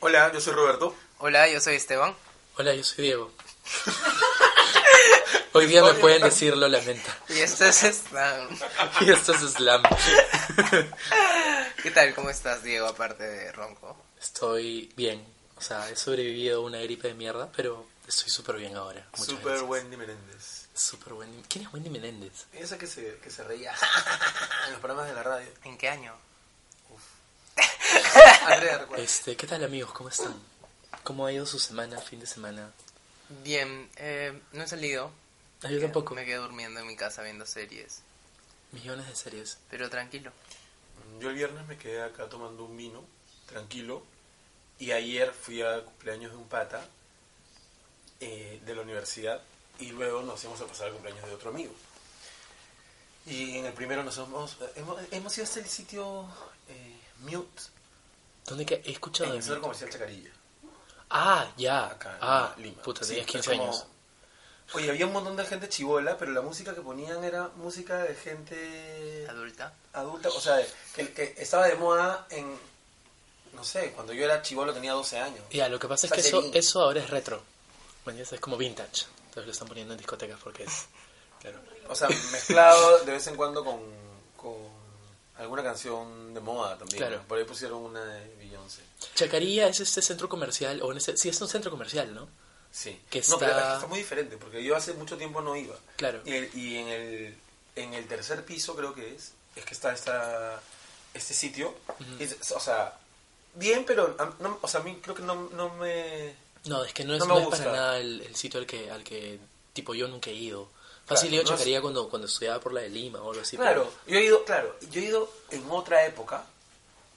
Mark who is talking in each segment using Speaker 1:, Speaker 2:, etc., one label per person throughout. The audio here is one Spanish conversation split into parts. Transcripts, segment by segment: Speaker 1: Hola, yo soy Roberto.
Speaker 2: Hola, yo soy Esteban.
Speaker 3: Hola, yo soy Diego. Hoy día me pueden decir lo lamenta.
Speaker 2: Y esto es Slam.
Speaker 3: Y esto es slam.
Speaker 2: ¿Qué tal? ¿Cómo estás, Diego, aparte de Ronco?
Speaker 3: Estoy bien. O sea, he sobrevivido a una gripe de mierda, pero estoy súper bien ahora. Muchas
Speaker 1: Super
Speaker 3: gracias.
Speaker 1: Wendy Menéndez.
Speaker 3: Súper buen. ¿Quién es Wendy Menéndez?
Speaker 4: Esa que se, que se reía en los programas de la radio.
Speaker 2: ¿En qué año?
Speaker 4: Andrea, recuerda.
Speaker 3: Este, ¿qué tal amigos? ¿Cómo están? ¿Cómo ha ido su semana, fin de semana?
Speaker 2: Bien, eh, no he salido.
Speaker 3: Ah, yo tampoco.
Speaker 2: Me quedé durmiendo en mi casa viendo series.
Speaker 3: Millones de series.
Speaker 2: Pero tranquilo.
Speaker 1: Mm, Yo el viernes me quedé acá tomando un vino, tranquilo. Y ayer fui a cumpleaños de un pata eh, de la universidad. Y luego nos íbamos a pasar al cumpleaños de otro amigo. Y en el primero nos hemos, hemos, hemos ido hasta el sitio eh, Mute,
Speaker 3: ¿Dónde que he escuchado
Speaker 1: en
Speaker 3: de
Speaker 1: el centro
Speaker 3: mí?
Speaker 1: comercial Chacarilla.
Speaker 3: Ah, ya.
Speaker 1: Eh, acá
Speaker 3: ah,
Speaker 1: en Lima.
Speaker 3: puta,
Speaker 1: Sí,
Speaker 3: tenías 15
Speaker 1: escuchamos-
Speaker 3: años.
Speaker 1: Oye, había un montón de gente chivola, pero la música que ponían era música de gente
Speaker 2: Adulta.
Speaker 1: adulta, o sea, que, que estaba de moda en, no sé, cuando yo era chivolo tenía 12 años.
Speaker 3: Ya, lo que pasa es que eso,
Speaker 1: Sacerín.
Speaker 3: eso ahora es retro. Bueno, ya sabes, es como vintage. Entonces lo están poniendo en discotecas porque es. Claro.
Speaker 1: O sea, mezclado de vez en cuando con, con alguna canción de moda también.
Speaker 3: Claro.
Speaker 1: Por ahí pusieron una de Beyoncé.
Speaker 3: Chacarilla es este centro comercial, o en ese, sí, es un centro comercial, ¿no?
Speaker 1: Sí.
Speaker 3: Que
Speaker 1: No, pero
Speaker 3: está-
Speaker 1: está muy diferente, porque yo hace mucho tiempo no iba.
Speaker 3: Claro.
Speaker 1: Y, el- y en, el, en el tercer piso, creo que es, es que está esta, este sitio. Y es- o sea, bien, pero a- no- o sea, a mí creo que no, no me...
Speaker 3: No, es que no es,
Speaker 1: No me
Speaker 3: no es
Speaker 1: gusta.
Speaker 3: para nada el, el sitio al que, al que, tipo, yo nunca he ido. Fácil
Speaker 1: Claro,
Speaker 3: he ido a
Speaker 1: no es-
Speaker 3: Chacarilla cuando, cuando estudiaba por la de Lima o algo así.
Speaker 1: claro, yo he ido, claro, yo he ido en otra época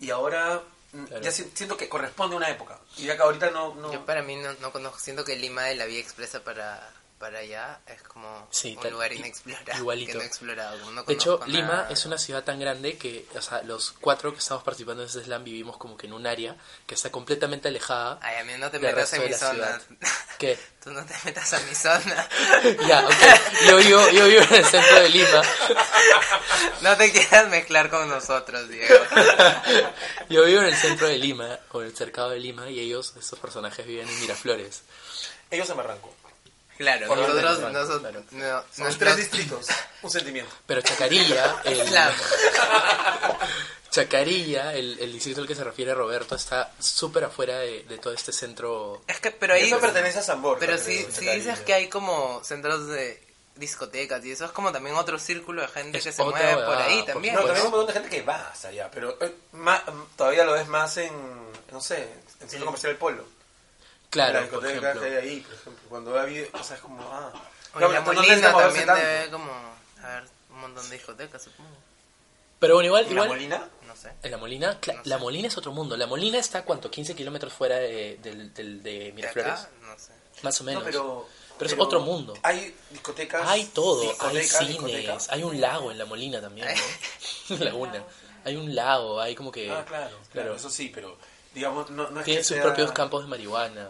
Speaker 1: y ahora mm,
Speaker 3: Claro.
Speaker 1: ya si- siento que corresponde a una época. Y ya que ahorita no... no
Speaker 2: Yo para mí no, no conozco. Siento que Lima de la Vía Expresa para, para allá es como
Speaker 3: Sí,
Speaker 2: un
Speaker 3: tal-
Speaker 2: lugar
Speaker 3: i-
Speaker 2: inexplorado.
Speaker 3: igualito.
Speaker 2: Que no he explorado. como no
Speaker 3: De hecho,
Speaker 2: conozco
Speaker 3: Lima
Speaker 2: nada.
Speaker 3: es una ciudad tan grande que, o sea, los cuatro que estamos participando en ese slam vivimos como que en un área que está completamente alejada
Speaker 2: Ay, a mí no te
Speaker 3: del
Speaker 2: metas
Speaker 3: resto
Speaker 2: en
Speaker 3: de
Speaker 2: mi
Speaker 3: la
Speaker 2: zona.
Speaker 3: ciudad. ¿Qué?
Speaker 2: Tú no te metas a mi zona.
Speaker 3: Ya, ok. Yo vivo, yo vivo en el centro de Lima.
Speaker 2: No te quieras mezclar con nosotros, Diego.
Speaker 3: Yo vivo en el centro de Lima, o en el cercado de Lima, y ellos, estos personajes, viven en Miraflores.
Speaker 1: Ellos se me arrancó.
Speaker 2: Claro,
Speaker 1: Por lo
Speaker 2: nosotros,
Speaker 1: menos,
Speaker 2: nosotros,
Speaker 3: claro.
Speaker 2: no,
Speaker 1: Son
Speaker 2: no-
Speaker 1: tres
Speaker 2: no-
Speaker 1: distritos, un sentimiento.
Speaker 3: Pero Chacarilla, el,
Speaker 2: Slam.
Speaker 3: Chacarilla, el, el distrito al que se refiere Roberto, está súper afuera de, de todo este centro.
Speaker 2: Es que, pero ahí.
Speaker 1: Eso pertenece a Zambor.
Speaker 2: Pero si, si dices que hay como centros de discotecas y eso es como también otro círculo de gente
Speaker 3: Es
Speaker 2: que se
Speaker 3: otra
Speaker 2: mueve por
Speaker 3: huevada,
Speaker 2: ahí
Speaker 3: por
Speaker 2: también.
Speaker 1: No,
Speaker 3: pues.
Speaker 1: también hay un montón de gente que va hasta allá, pero eh, ma- mm, todavía lo ves más en, no sé, en Centro Comercial del Polo. la
Speaker 3: Claro, por
Speaker 1: discoteca
Speaker 3: ejemplo.
Speaker 1: que hay ahí, por ejemplo. Cuando ha habido, o sea, es como, ah.
Speaker 2: O
Speaker 1: Claro,
Speaker 2: en
Speaker 1: no-
Speaker 2: la
Speaker 1: no
Speaker 2: Molina
Speaker 1: necesitamos
Speaker 2: también
Speaker 1: verse tanto.
Speaker 2: debe como haber un montón de discotecas, supongo.
Speaker 3: Pero bueno, igual,
Speaker 1: ¿En la
Speaker 3: igual,
Speaker 1: Molina?
Speaker 2: No sé.
Speaker 3: En La Molina, cla-
Speaker 2: No sé.
Speaker 3: La Molina es otro mundo. La Molina está, ¿cuánto? 15 kilómetros fuera de, del- del- de
Speaker 2: ¿De
Speaker 3: Miraflores.
Speaker 2: acá? No sé.
Speaker 3: Más o menos.
Speaker 1: No, pero,
Speaker 3: Pero es otro mundo.
Speaker 1: Hay discotecas.
Speaker 3: Hay todo. Hay
Speaker 1: discotecas,
Speaker 3: cines.
Speaker 1: discotecas.
Speaker 3: Hay un lago en La Molina también, ¿no? Laguna. Hay un lago. Hay como que...
Speaker 1: Ah, claro, claro,
Speaker 3: claro.
Speaker 1: Eso sí, pero digamos, no, no es
Speaker 3: Tienen
Speaker 1: que
Speaker 3: sus
Speaker 1: sea-
Speaker 3: propios campos de marihuana.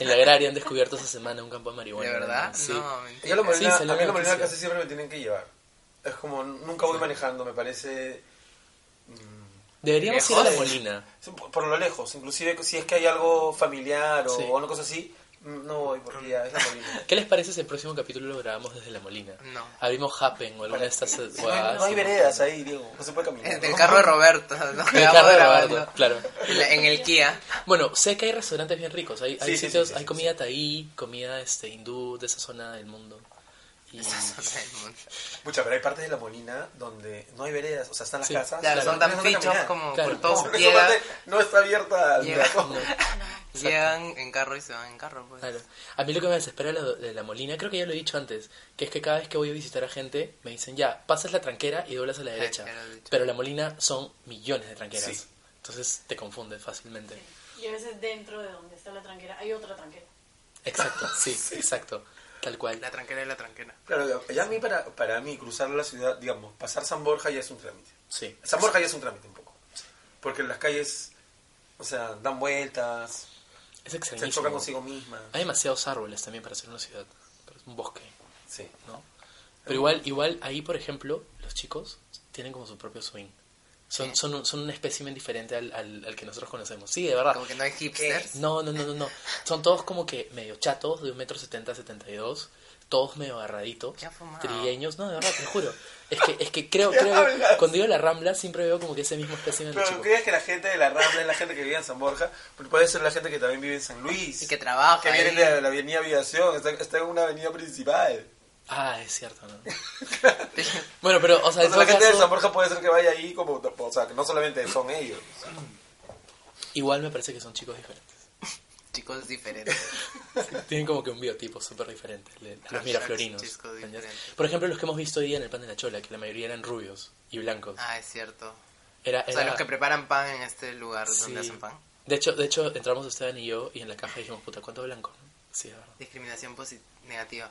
Speaker 3: En la agraria han descubierto esta semana un campo de marihuana.
Speaker 2: ¿De verdad?
Speaker 3: Sí.
Speaker 2: No,
Speaker 1: Yo la
Speaker 2: mentira.
Speaker 1: Molina,
Speaker 3: salió
Speaker 1: a mí
Speaker 3: la
Speaker 1: la Molina
Speaker 3: noticia.
Speaker 1: casi siempre me tienen que llevar. Es como, nunca voy manejando, me parece. mm,
Speaker 3: Deberíamos ir a
Speaker 2: Lejos.
Speaker 3: La Molina.
Speaker 1: Sí, Por por lo lejos, inclusive si es que hay algo familiar o
Speaker 3: Sí.
Speaker 1: una cosa así, mm, no voy porque ya es la molina.
Speaker 3: ¿Qué les parece si el próximo capítulo lo grabamos desde La Molina?
Speaker 2: No.
Speaker 3: Abrimos Happen o alguna de estas... eh,
Speaker 1: No hay, no hay veredas ahí, Diego, no se puede caminar.
Speaker 2: En
Speaker 1: ¿no?
Speaker 2: el carro de Roberto. nos
Speaker 3: En el
Speaker 2: quedamos
Speaker 3: carro de
Speaker 2: grabando.
Speaker 3: Roberto, claro.
Speaker 2: En la- en el Kia.
Speaker 3: Bueno, sé que hay restaurantes bien ricos. Hay, hay
Speaker 1: Sí, sí,
Speaker 3: sitios,
Speaker 1: sí, sí,
Speaker 3: hay
Speaker 1: sí,
Speaker 3: comida taí, comida este, hindú de esa zona del mundo. Y
Speaker 1: Pucha, pero hay partes de la molina donde no hay veredas, o sea, están las
Speaker 3: Sí.
Speaker 1: casas.
Speaker 2: Claro, son
Speaker 1: pero no
Speaker 2: tan
Speaker 1: se puede
Speaker 2: fichos
Speaker 1: caminar.
Speaker 2: como
Speaker 3: Claro.
Speaker 2: por
Speaker 1: No,
Speaker 2: todos.
Speaker 1: esa
Speaker 2: Llega-
Speaker 1: parte no está abierta al
Speaker 2: Llega.
Speaker 1: peatón.
Speaker 2: Llegan en carro y se van en carro. Pues.
Speaker 3: claro. A mí lo que me desespera lo de la Molina, creo que ya lo he dicho antes, que es que cada vez que voy a visitar a gente me dicen ya, pasas la tranquera y doblas a la
Speaker 1: Eh,
Speaker 2: Sí,
Speaker 3: derecha.
Speaker 2: ya lo he dicho.
Speaker 3: Pero la Molina son millones de tranqueras.
Speaker 1: Sí.
Speaker 3: Entonces te confundes fácilmente.
Speaker 5: Y a veces dentro de donde está la tranquera hay otra tranquera.
Speaker 3: Exacto, sí, exacto. Tal cual.
Speaker 2: La tranquera es la tranquera.
Speaker 1: Claro, ya a mí para, para mí cruzar la ciudad, digamos, pasar San Borja ya es un trámite.
Speaker 3: Sí.
Speaker 1: San Borja ya es un trámite un poco. Porque las calles, o sea, dan vueltas,
Speaker 3: Es
Speaker 1: se chocan
Speaker 3: extrañísimo.
Speaker 1: consigo mismas.
Speaker 3: Hay demasiados árboles también para ser una ciudad. Pero es un bosque,
Speaker 1: Sí.
Speaker 3: ¿no? Pero igual, igual ahí, por ejemplo, los chicos tienen como su propio swing. Son,
Speaker 2: Sí.
Speaker 3: son, un, son un espécimen diferente al, al, al que nosotros conocemos. Sí, de verdad.
Speaker 2: Como que no hay hipsters.
Speaker 3: No, no, no, no, no. Son todos como que medio chatos, de un metro setenta, setenta y dos. Todos medio agarraditos.
Speaker 2: Qué afamado.
Speaker 3: Trigueños. No, de verdad, te lo juro. Es que, es que creo, creo,
Speaker 1: hablas?
Speaker 3: cuando digo la rambla siempre veo como que ese mismo espécimen de los
Speaker 1: Pero
Speaker 3: chicos.
Speaker 1: crees que la gente de la Rambla es la gente que vive en San Borja, pero puede ser la gente que también vive en San Luis.
Speaker 2: Y que trabaja
Speaker 1: Que viene
Speaker 2: ahí.
Speaker 1: de la avenida Aviación, está, está en una avenida principal.
Speaker 3: Ah, es cierto, ¿no? bueno, pero, o
Speaker 1: O sea,
Speaker 3: sea, en
Speaker 1: la
Speaker 3: todo
Speaker 1: gente de
Speaker 3: caso,
Speaker 1: San Borja puede ser que vaya ahí como... O sea, que no solamente son ellos.
Speaker 3: igual me parece que son chicos diferentes.
Speaker 2: Chicos diferentes.
Speaker 3: Tienen como que un biotipo súper diferente. le- a Los
Speaker 2: Claro,
Speaker 3: miraflorinos.
Speaker 2: chicos
Speaker 3: ¿entendés?
Speaker 2: diferentes.
Speaker 3: Por ejemplo, los que hemos visto hoy día en el pan de la chola, que la mayoría eran rubios y blancos.
Speaker 2: Ah, es cierto.
Speaker 3: Era,
Speaker 2: O sea,
Speaker 3: era-
Speaker 2: los que preparan pan en este lugar
Speaker 3: sí.
Speaker 2: donde hacen pan.
Speaker 3: De hecho, de hecho, entramos Esteban y yo y en la caja dijimos, puta, ¿cuánto blanco? no?". Sí, de verdad.
Speaker 2: Discriminación posi- negativa.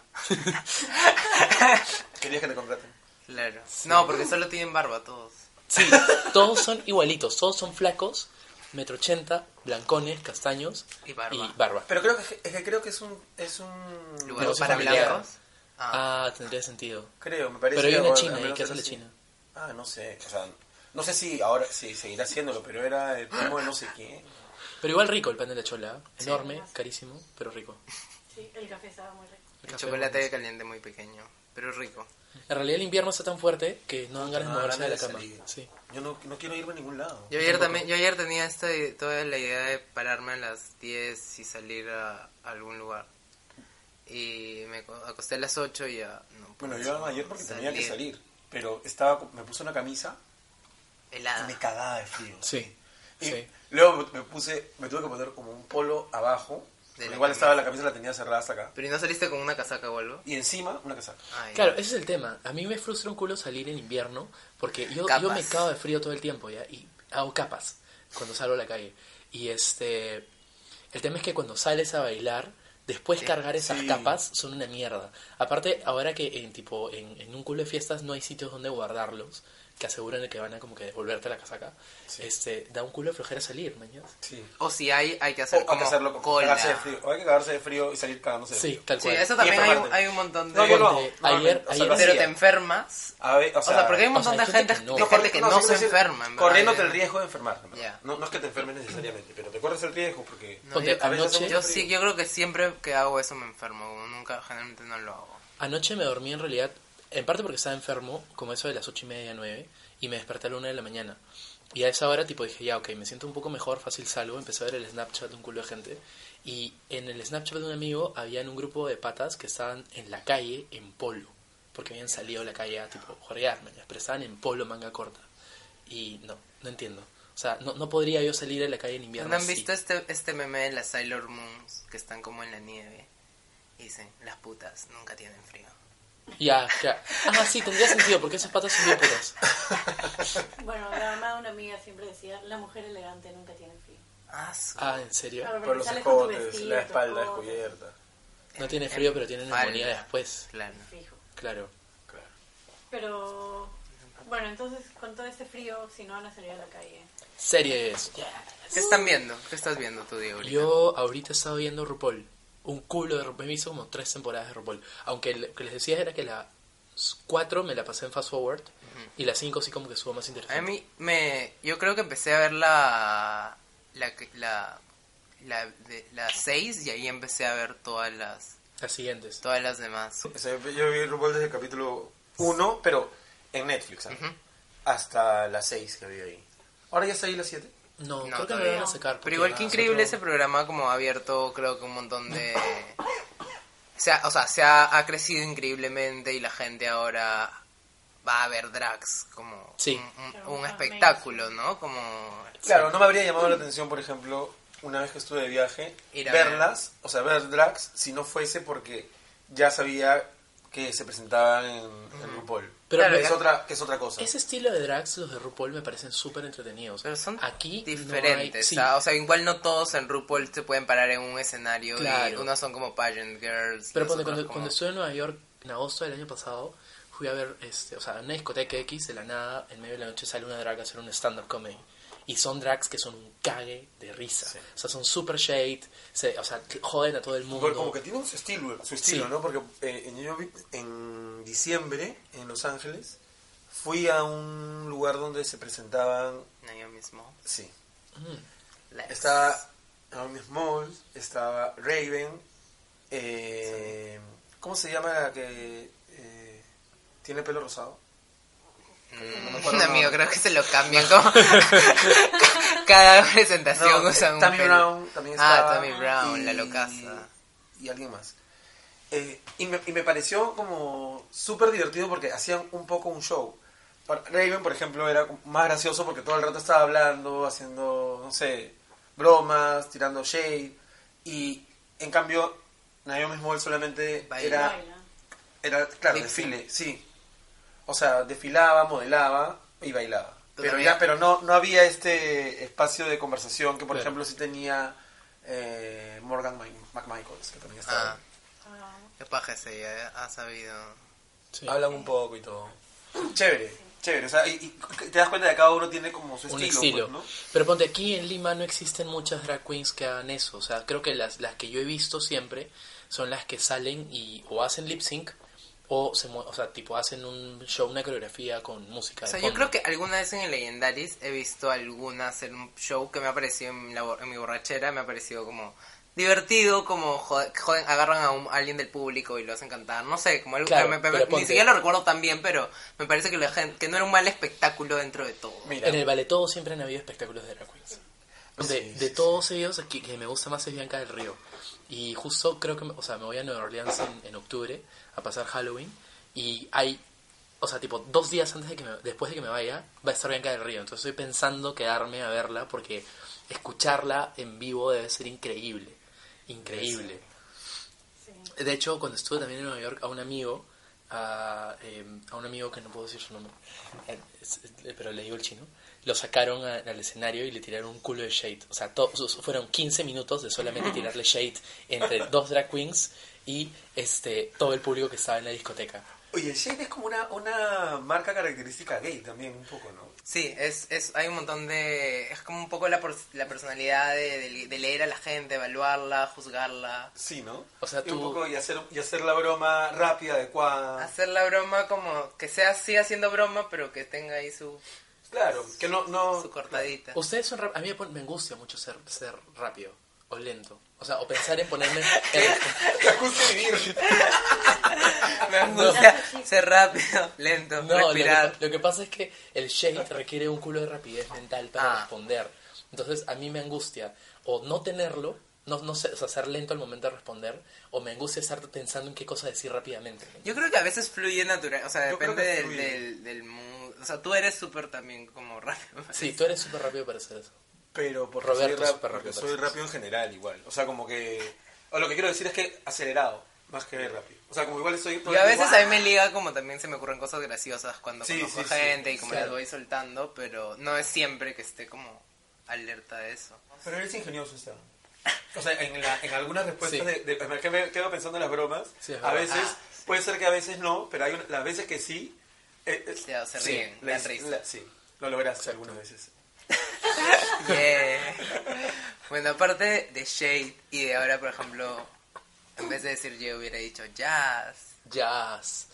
Speaker 1: Querías que te contraten.
Speaker 2: Claro. No, porque solo tienen barba todos.
Speaker 3: Sí, todos son igualitos, todos son flacos, metro ochenta, blancones, castaños
Speaker 2: Y barba.
Speaker 1: Pero creo que es que, creo que es un... Es un
Speaker 2: Lugar
Speaker 3: Negocio
Speaker 2: para
Speaker 3: familiar.
Speaker 2: blancos. Ah,
Speaker 3: Ah, tendría sentido.
Speaker 1: Creo, me parece.
Speaker 3: Pero hay
Speaker 1: que
Speaker 3: una
Speaker 1: ahora-
Speaker 3: china,
Speaker 1: al
Speaker 3: ¿y
Speaker 1: menos
Speaker 3: qué
Speaker 1: era
Speaker 3: hace la
Speaker 1: así.
Speaker 3: china?
Speaker 1: Ah, no sé. O sea, no sé si ahora si seguirá haciéndolo, pero era el primo de no sé quién.
Speaker 3: Pero igual rico el pan de la chola, enorme, carísimo, pero rico.
Speaker 5: Sí, el café estaba muy rico.
Speaker 3: El
Speaker 2: el
Speaker 3: café
Speaker 2: chocolate
Speaker 3: bueno.
Speaker 2: caliente muy pequeño, pero rico.
Speaker 3: En realidad el invierno está tan fuerte que no dan ganas de
Speaker 1: No,
Speaker 3: moverse de la
Speaker 1: ganas de
Speaker 3: cama.
Speaker 1: Ah, salir.
Speaker 3: Sí.
Speaker 1: Yo no, no quiero irme a ningún lado.
Speaker 2: Yo ayer también, yo ayer tenía esta, toda la idea de pararme a las 10 y salir a, a algún lugar. Y me co- acosté a las 8 y ya no pude
Speaker 1: Bueno, yo ayer porque tenía que
Speaker 2: salir.
Speaker 1: salir. Pero estaba, con- me puse una camisa y
Speaker 2: Helada.
Speaker 1: me cagaba de frío.
Speaker 3: Sí.
Speaker 1: Y
Speaker 3: Sí.
Speaker 1: Luego me me puse, me tuve que poner como un polo abajo.
Speaker 2: De la
Speaker 1: igual estaba
Speaker 2: camisa.
Speaker 1: la camisa la tenía cerrada hasta acá.
Speaker 2: Pero ¿y no saliste con una casaca o algo?
Speaker 1: Y encima una casaca.
Speaker 2: Ay,
Speaker 3: Claro, ese es el tema. A mí me frustra un culo salir en invierno porque yo, yo
Speaker 2: Capas.
Speaker 3: me cago de frío todo el tiempo ya y hago capas cuando salgo a la calle. Y este. El tema es que cuando sales a bailar, después cargar esas
Speaker 1: Sí.
Speaker 3: capas son una mierda. Aparte, ahora que en tipo en, en un culo de fiestas no hay sitios donde guardarlos que aseguran que van a como que devolverte la casaca, este da un culo de flojera salir, mañas.
Speaker 1: Sí.
Speaker 2: O si hay, hay que hacer
Speaker 1: O hay
Speaker 2: como
Speaker 1: que hacerlo como
Speaker 2: cola.
Speaker 1: cagarse de frío. O hay que cagarse de frío y salir cagándose de
Speaker 3: Sí,
Speaker 1: frío.
Speaker 3: tal
Speaker 2: Sí,
Speaker 3: cual.
Speaker 2: eso
Speaker 1: Y
Speaker 2: también hay un,
Speaker 1: enfermarte.
Speaker 2: hay un montón de...
Speaker 1: No, yo no hago.
Speaker 3: Ponte, ayer,
Speaker 1: normalmente, o sea,
Speaker 3: ayer,
Speaker 1: lo
Speaker 2: pero
Speaker 1: hacía.
Speaker 2: te enfermas.
Speaker 1: A ver, o
Speaker 2: O sea,
Speaker 1: sea,
Speaker 2: porque hay un
Speaker 3: o sea,
Speaker 2: montón
Speaker 3: hay
Speaker 2: de
Speaker 3: gente
Speaker 2: gente,
Speaker 3: que no.
Speaker 2: de gente que no,
Speaker 1: sí,
Speaker 2: se
Speaker 1: quiero decir,
Speaker 2: enferma. en verdad,
Speaker 1: Corriéndote
Speaker 2: yo-
Speaker 1: el riesgo de enfermarte. en verdad.
Speaker 2: Ya.
Speaker 1: No, no es que te enfermes necesariamente, pero te corres el riesgo porque...
Speaker 2: No,
Speaker 3: Ponte,
Speaker 2: yo,
Speaker 1: a veces hace
Speaker 3: anoche-
Speaker 1: mucho
Speaker 2: yo
Speaker 1: frío.
Speaker 2: sí, yo creo que siempre que hago eso me enfermo. como Nunca, generalmente no lo hago.
Speaker 3: Anoche me dormí en realidad, en parte porque estaba enfermo, como eso de las ocho y media, nueve, y me desperté a la una de la mañana. Y a esa hora tipo dije, ya, ok, me siento un poco mejor, fácil salgo, empecé a ver el Snapchat de un culo de gente. Y en el Snapchat de un amigo habían un grupo de patas que estaban en la calle en polo, porque habían salido a la calle a tipo jorear, mañas, pero estaban en polo manga corta. Y no, no entiendo. O sea, no, no podría yo salir a la calle en invierno.
Speaker 2: ¿No han
Speaker 3: así.
Speaker 2: visto este, este meme de las Sailor Moons que están como en la nieve? Y dicen, las putas nunca tienen frío.
Speaker 3: Ya, claro. Ah, sí, tendría sentido, porque esas patas son bien putas.
Speaker 5: Bueno, la mamá de una amiga siempre decía, la mujer elegante nunca tiene frío.
Speaker 2: Ah, su-
Speaker 3: Ah, ¿en serio?
Speaker 5: Claro,
Speaker 1: Por
Speaker 5: porque
Speaker 1: los
Speaker 5: sales con tu
Speaker 1: escotes,
Speaker 5: vestido,
Speaker 1: la
Speaker 5: tu
Speaker 1: espalda
Speaker 5: codo,
Speaker 1: descubierta.
Speaker 3: No tiene frío, pero tiene neumonía
Speaker 2: Falda.
Speaker 3: después.
Speaker 2: Claro.
Speaker 5: Fijo.
Speaker 3: Claro.
Speaker 1: Claro.
Speaker 5: Pero, bueno, entonces con todo este frío, si no van a salir a la calle.
Speaker 3: Series.
Speaker 2: ¿Qué están viendo? ¿Qué estás viendo tú, Diego? ahorita?
Speaker 3: Yo ahorita estaba viendo RuPaul. Un culo de RuPaul. Me hizo como tres temporadas de RuPaul. Aunque lo que les decía era que la 4 me la pasé en Fast Forward. Y la 5 sí como que estuvo más
Speaker 2: A
Speaker 3: interesante.
Speaker 2: mí me... Yo creo que empecé a ver la... La... que- La... La, de, la 6 y ahí empecé a ver todas las...
Speaker 3: Las siguientes.
Speaker 2: Todas las demás.
Speaker 1: O sea, yo vi RuPaul desde el capítulo 1, pero en Netflix, ¿sabes? Hasta las 6 que vi ahí. Ahora ya está ahí las 7.
Speaker 2: No,
Speaker 3: No, creo que no la
Speaker 2: todavía
Speaker 3: van a
Speaker 2: no.
Speaker 3: sacar.
Speaker 2: Pero igual que
Speaker 3: que
Speaker 2: increíble ese programa, como ha abierto creo que un montón de... Se ha- o sea, se ha, ha crecido increíblemente y la gente ahora va a ver drags como
Speaker 3: Sí.
Speaker 2: un- un, un espectáculo, ¿no? Como...
Speaker 1: Claro, no me habría llamado la atención, por ejemplo, una vez que estuve de viaje,
Speaker 2: Ir a
Speaker 1: verlas, o sea, ver drags, si no fuese porque ya sabía que se presentaban en, en RuPaul.
Speaker 3: Pero
Speaker 1: Pero es
Speaker 2: ya-
Speaker 1: otra, que es otra cosa.
Speaker 3: Ese estilo de drags, los de RuPaul, me parecen súper entretenidos.
Speaker 2: Pero son
Speaker 3: Aquí no hay-
Speaker 2: diferentes,
Speaker 3: sí.
Speaker 2: ¿ah? o sea, igual no todos en RuPaul se pueden parar en un escenario y
Speaker 3: Claro.
Speaker 2: unos son como pageant girls. y
Speaker 3: Pero
Speaker 2: los
Speaker 3: cuando,
Speaker 2: otros
Speaker 3: cuando,
Speaker 2: como-
Speaker 3: cuando estuve en Nueva York, en agosto del año pasado, fui a ver, este, o sea, en una discoteca X, de la nada, en medio de la noche sale una drag a hacer un stand-up comedy. Y son drags que son un cague de risa.
Speaker 1: Sí.
Speaker 3: O sea, son super shade, se- o sea, joden a todo el mundo.
Speaker 1: Bueno, como que tiene su estilo, su estilo
Speaker 3: Sí.
Speaker 1: ¿no? Porque eh, en- yo vi en diciembre en Los Ángeles fui a un lugar donde se presentaban,
Speaker 2: Naomi Small.
Speaker 1: sí,
Speaker 3: Mm.
Speaker 2: Lex.
Speaker 1: estaba Naomi Small, estaba Raven, eh, ¿cómo se llama la que eh, tiene pelo rosado?
Speaker 2: Mm,
Speaker 1: me acuerdo, no.
Speaker 2: amigo, creo que se lo cambian como... Cada presentación
Speaker 1: No,
Speaker 2: usan
Speaker 1: eh,
Speaker 2: un
Speaker 1: Tammy
Speaker 2: pelo.
Speaker 1: Brown también
Speaker 2: Ah,
Speaker 1: estaba.
Speaker 2: Tammy Brown, la locaza.
Speaker 1: Y alguien más. Eh, y, me, y me pareció como súper divertido porque hacían un poco un show. Para- Raven, por ejemplo, era más gracioso porque todo el rato estaba hablando, haciendo, no sé, bromas, tirando shade. Y en cambio, Naomi Small solamente
Speaker 2: Baila.
Speaker 1: era,
Speaker 5: Baila.
Speaker 1: era, claro,
Speaker 2: Vixen.
Speaker 1: desfile, sí. O sea, desfilaba, modelaba y bailaba.
Speaker 2: Tú
Speaker 1: Pero,
Speaker 2: también.
Speaker 1: ya, pero no, no había este espacio de conversación que, por
Speaker 3: Claro.
Speaker 1: ejemplo, sí tenía eh, Morgan Ma- McMichaels, que también estaba.
Speaker 2: Ah,
Speaker 1: ahí.
Speaker 5: Ah,
Speaker 2: qué paja ese ya ha sabido.
Speaker 3: Sí.
Speaker 1: Hablan un poco y todo. Chévere, chévere. O sea, y, y te das cuenta de que cada uno tiene como su
Speaker 3: un
Speaker 1: estilo.
Speaker 3: estilo.
Speaker 1: pues, ¿no?
Speaker 3: Pero ponte aquí en Lima no existen muchas drag queens que hagan eso. O sea, creo que las, las que yo he visto siempre son las que salen y o hacen lip sync o se mue- o sea, tipo hacen un show, una coreografía con
Speaker 2: O
Speaker 3: música. de
Speaker 2: sea, yo creo
Speaker 3: fondo.
Speaker 2: que alguna vez en el Legendaris he visto alguna hacer un show que me ha parecido en, la bor- en mi borrachera, me ha parecido como divertido, como jode- joden, agarran a, un- a alguien del público y lo hacen cantar, no sé, como algo
Speaker 3: Claro,
Speaker 2: me- me-
Speaker 3: pero
Speaker 2: ni
Speaker 3: ponte-
Speaker 2: siquiera lo recuerdo tan bien, pero me parece que la gente, que no era un mal espectáculo dentro de todo.
Speaker 1: Mira,
Speaker 3: En el ballet todo siempre han habido espectáculos de drag queens. De,
Speaker 1: Sí,
Speaker 3: de
Speaker 1: sí,
Speaker 3: todos ellos, aquí que me gusta más es Bianca del Río. Y justo creo que, me- o sea, me voy a Nueva Orleans en, en octubre a pasar Halloween. Y hay, o sea, tipo, dos días antes de que me- después de que me vaya, va a estar Bianca del Río. Entonces estoy pensando quedarme a verla porque escucharla en vivo debe ser increíble. Increíble.
Speaker 5: sí.
Speaker 3: De hecho, cuando estuve también en Nueva York, a un amigo, a, eh, a un amigo que no puedo decir su nombre, eh, es- es- pero le digo el chino, lo sacaron a- al escenario y le tiraron un culo de shade. O sea, to- sus- fueron 15 minutos de solamente tirarle shade entre dos drag queens y este todo el público que estaba en la discoteca.
Speaker 1: Oye, el Shade es como una, una marca característica gay también, un poco, ¿no?
Speaker 2: Sí, es, es, hay un montón de... Es como un poco la, por- la personalidad de, de- de leer a la gente, evaluarla, juzgarla.
Speaker 1: Sí, ¿no?
Speaker 3: O sea,
Speaker 1: Y un
Speaker 3: tú-
Speaker 1: poco y hacer, y hacer la broma rápida, adecuada.
Speaker 2: Hacer la broma como que sea así haciendo broma, pero que tenga ahí su,
Speaker 1: Claro, que no... no
Speaker 2: su cortadita.
Speaker 3: Ustedes son rap- a mí me, pon- me angustia mucho ser, ser rápido o lento. O sea, o pensar en ponerme... en-
Speaker 1: te ajuste vivir.
Speaker 2: Me angustia ser rápido, lento,
Speaker 3: No, lo que,
Speaker 2: respirar.
Speaker 3: lo que pasa es que el shade requiere un culo de rapidez mental para
Speaker 2: Ah.
Speaker 3: responder. Entonces a mí me angustia o no tenerlo, no, no sé, o sea, ser lento al momento de responder, o me angustia estar pensando en qué cosa decir rápidamente.
Speaker 2: Yo creo que a veces fluye natural, o sea,
Speaker 1: Yo creo que
Speaker 2: depende del,
Speaker 1: fluye.
Speaker 2: del, del mood. O sea, tú eres súper también como rápido.
Speaker 3: Sí, tú eres súper rápido para hacer eso.
Speaker 1: Pero porque
Speaker 3: Roberto
Speaker 1: soy, rap-
Speaker 3: Superman,
Speaker 1: porque
Speaker 3: me
Speaker 1: soy
Speaker 3: parece.
Speaker 1: rápido en general igual. O sea, como que... O lo que quiero decir es que acelerado, más que rápido. O sea, como igual estoy... todo
Speaker 2: Y a
Speaker 1: el
Speaker 2: veces
Speaker 1: tiempo-
Speaker 2: a mí me liga como también se me ocurren cosas graciosas cuando
Speaker 1: Sí,
Speaker 2: conozco
Speaker 1: sí, sí.
Speaker 2: gente y como
Speaker 3: Claro.
Speaker 2: las voy soltando, pero no es siempre que esté como alerta de eso.
Speaker 1: Pero eres ingenioso, Esteban. O sea, en, la- en algunas respuestas
Speaker 3: Sí.
Speaker 1: de, de- me quedo- quedo pensando en las bromas.
Speaker 3: Sí, es
Speaker 1: a
Speaker 3: verdad.
Speaker 1: veces,
Speaker 2: Ah,
Speaker 1: puede ser que a veces no, pero hay una- las veces que sí... eh, eh,
Speaker 2: Ya, se
Speaker 1: sí,
Speaker 2: ríen,
Speaker 1: la-
Speaker 2: dan risa.
Speaker 1: la- sí, lo lograste algunas veces.
Speaker 2: Yeah. Bueno, aparte de Shade y de ahora, por ejemplo, en vez de decir yo hubiera dicho jazz.
Speaker 3: Jazz.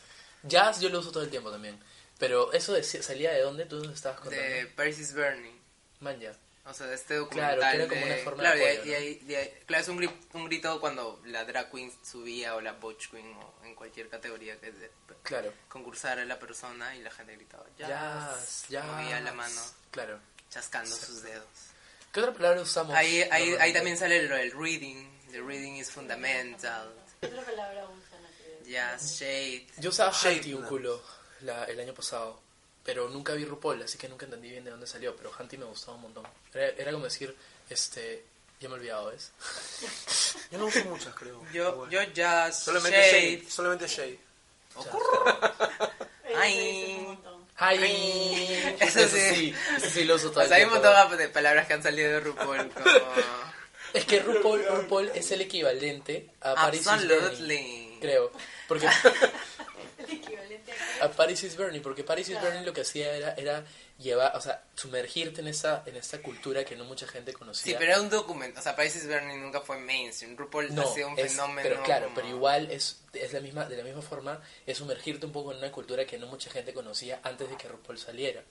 Speaker 3: Jazz yo lo uso todo el tiempo también. Pero eso de- salía de dónde tú nos estabas contando.
Speaker 2: de Percy's Burning.
Speaker 3: Man, ya.
Speaker 2: O sea, de este documental.
Speaker 3: Claro, que era como
Speaker 2: de-
Speaker 3: una forma
Speaker 2: claro,
Speaker 3: de
Speaker 2: y- y
Speaker 3: apoyo, ¿no?
Speaker 2: ahí- y ahí- claro, es un, gri- un grito cuando la drag queen subía o la botch queen o en cualquier categoría que de- pues,
Speaker 3: Claro.
Speaker 2: concursara la persona y la gente gritaba
Speaker 3: Jazz,
Speaker 2: jazz.
Speaker 3: jazz.
Speaker 2: Movía la mano,
Speaker 3: Claro.
Speaker 2: chascando sus dedos.
Speaker 3: ¿Qué otra palabra usamos?
Speaker 2: Ahí, ahí, ahí
Speaker 3: normalmente?
Speaker 2: también sale lo del reading. The reading is fundamental.
Speaker 5: ¿Qué otra palabra usan aquí?
Speaker 2: Jazz, shade.
Speaker 3: Yo usaba
Speaker 1: Shade,
Speaker 3: Hanty un
Speaker 1: no.
Speaker 3: culo la- el año pasado, pero nunca vi RuPaul, así que nunca entendí bien de dónde salió, pero Hanty me gustaba un montón. Era, era como decir, este, ya me he olvidado, ¿ves?
Speaker 1: Yo no uso muchas, creo.
Speaker 2: Yo, yo jazz,
Speaker 1: solamente
Speaker 2: shade.
Speaker 1: shade. Solamente shade.
Speaker 5: Eso
Speaker 2: Ay.
Speaker 5: dices un montón.
Speaker 3: ¡Ay!
Speaker 2: Eso
Speaker 3: Eso
Speaker 2: sí.
Speaker 3: sí, eso sí lo uso todo
Speaker 2: O
Speaker 3: el
Speaker 2: sea, hay un
Speaker 3: tiempo.
Speaker 2: montón de palabras que han salido de RuPaul como...
Speaker 3: Es que RuPaul, RuPaul es el equivalente a Paris is Burning,
Speaker 2: Absolutely.
Speaker 3: creo. Porque
Speaker 5: El equivalente a
Speaker 3: a Paris is Burning, porque Paris is
Speaker 5: Claro.
Speaker 3: Burning lo que hacía era, era llevar, o sea, sumergirte en esa, en esta cultura que no mucha gente conocía.
Speaker 2: Sí, pero era un documento. O sea, Paris is Burning nunca fue mainstream. RuPaul
Speaker 3: no,
Speaker 2: ha sido un
Speaker 3: es-
Speaker 2: fenómeno.
Speaker 3: Pero claro,
Speaker 2: como-
Speaker 3: pero igual es, es la misma, de la misma forma, es sumergirte un poco en una cultura que no mucha gente conocía antes de que RuPaul saliera.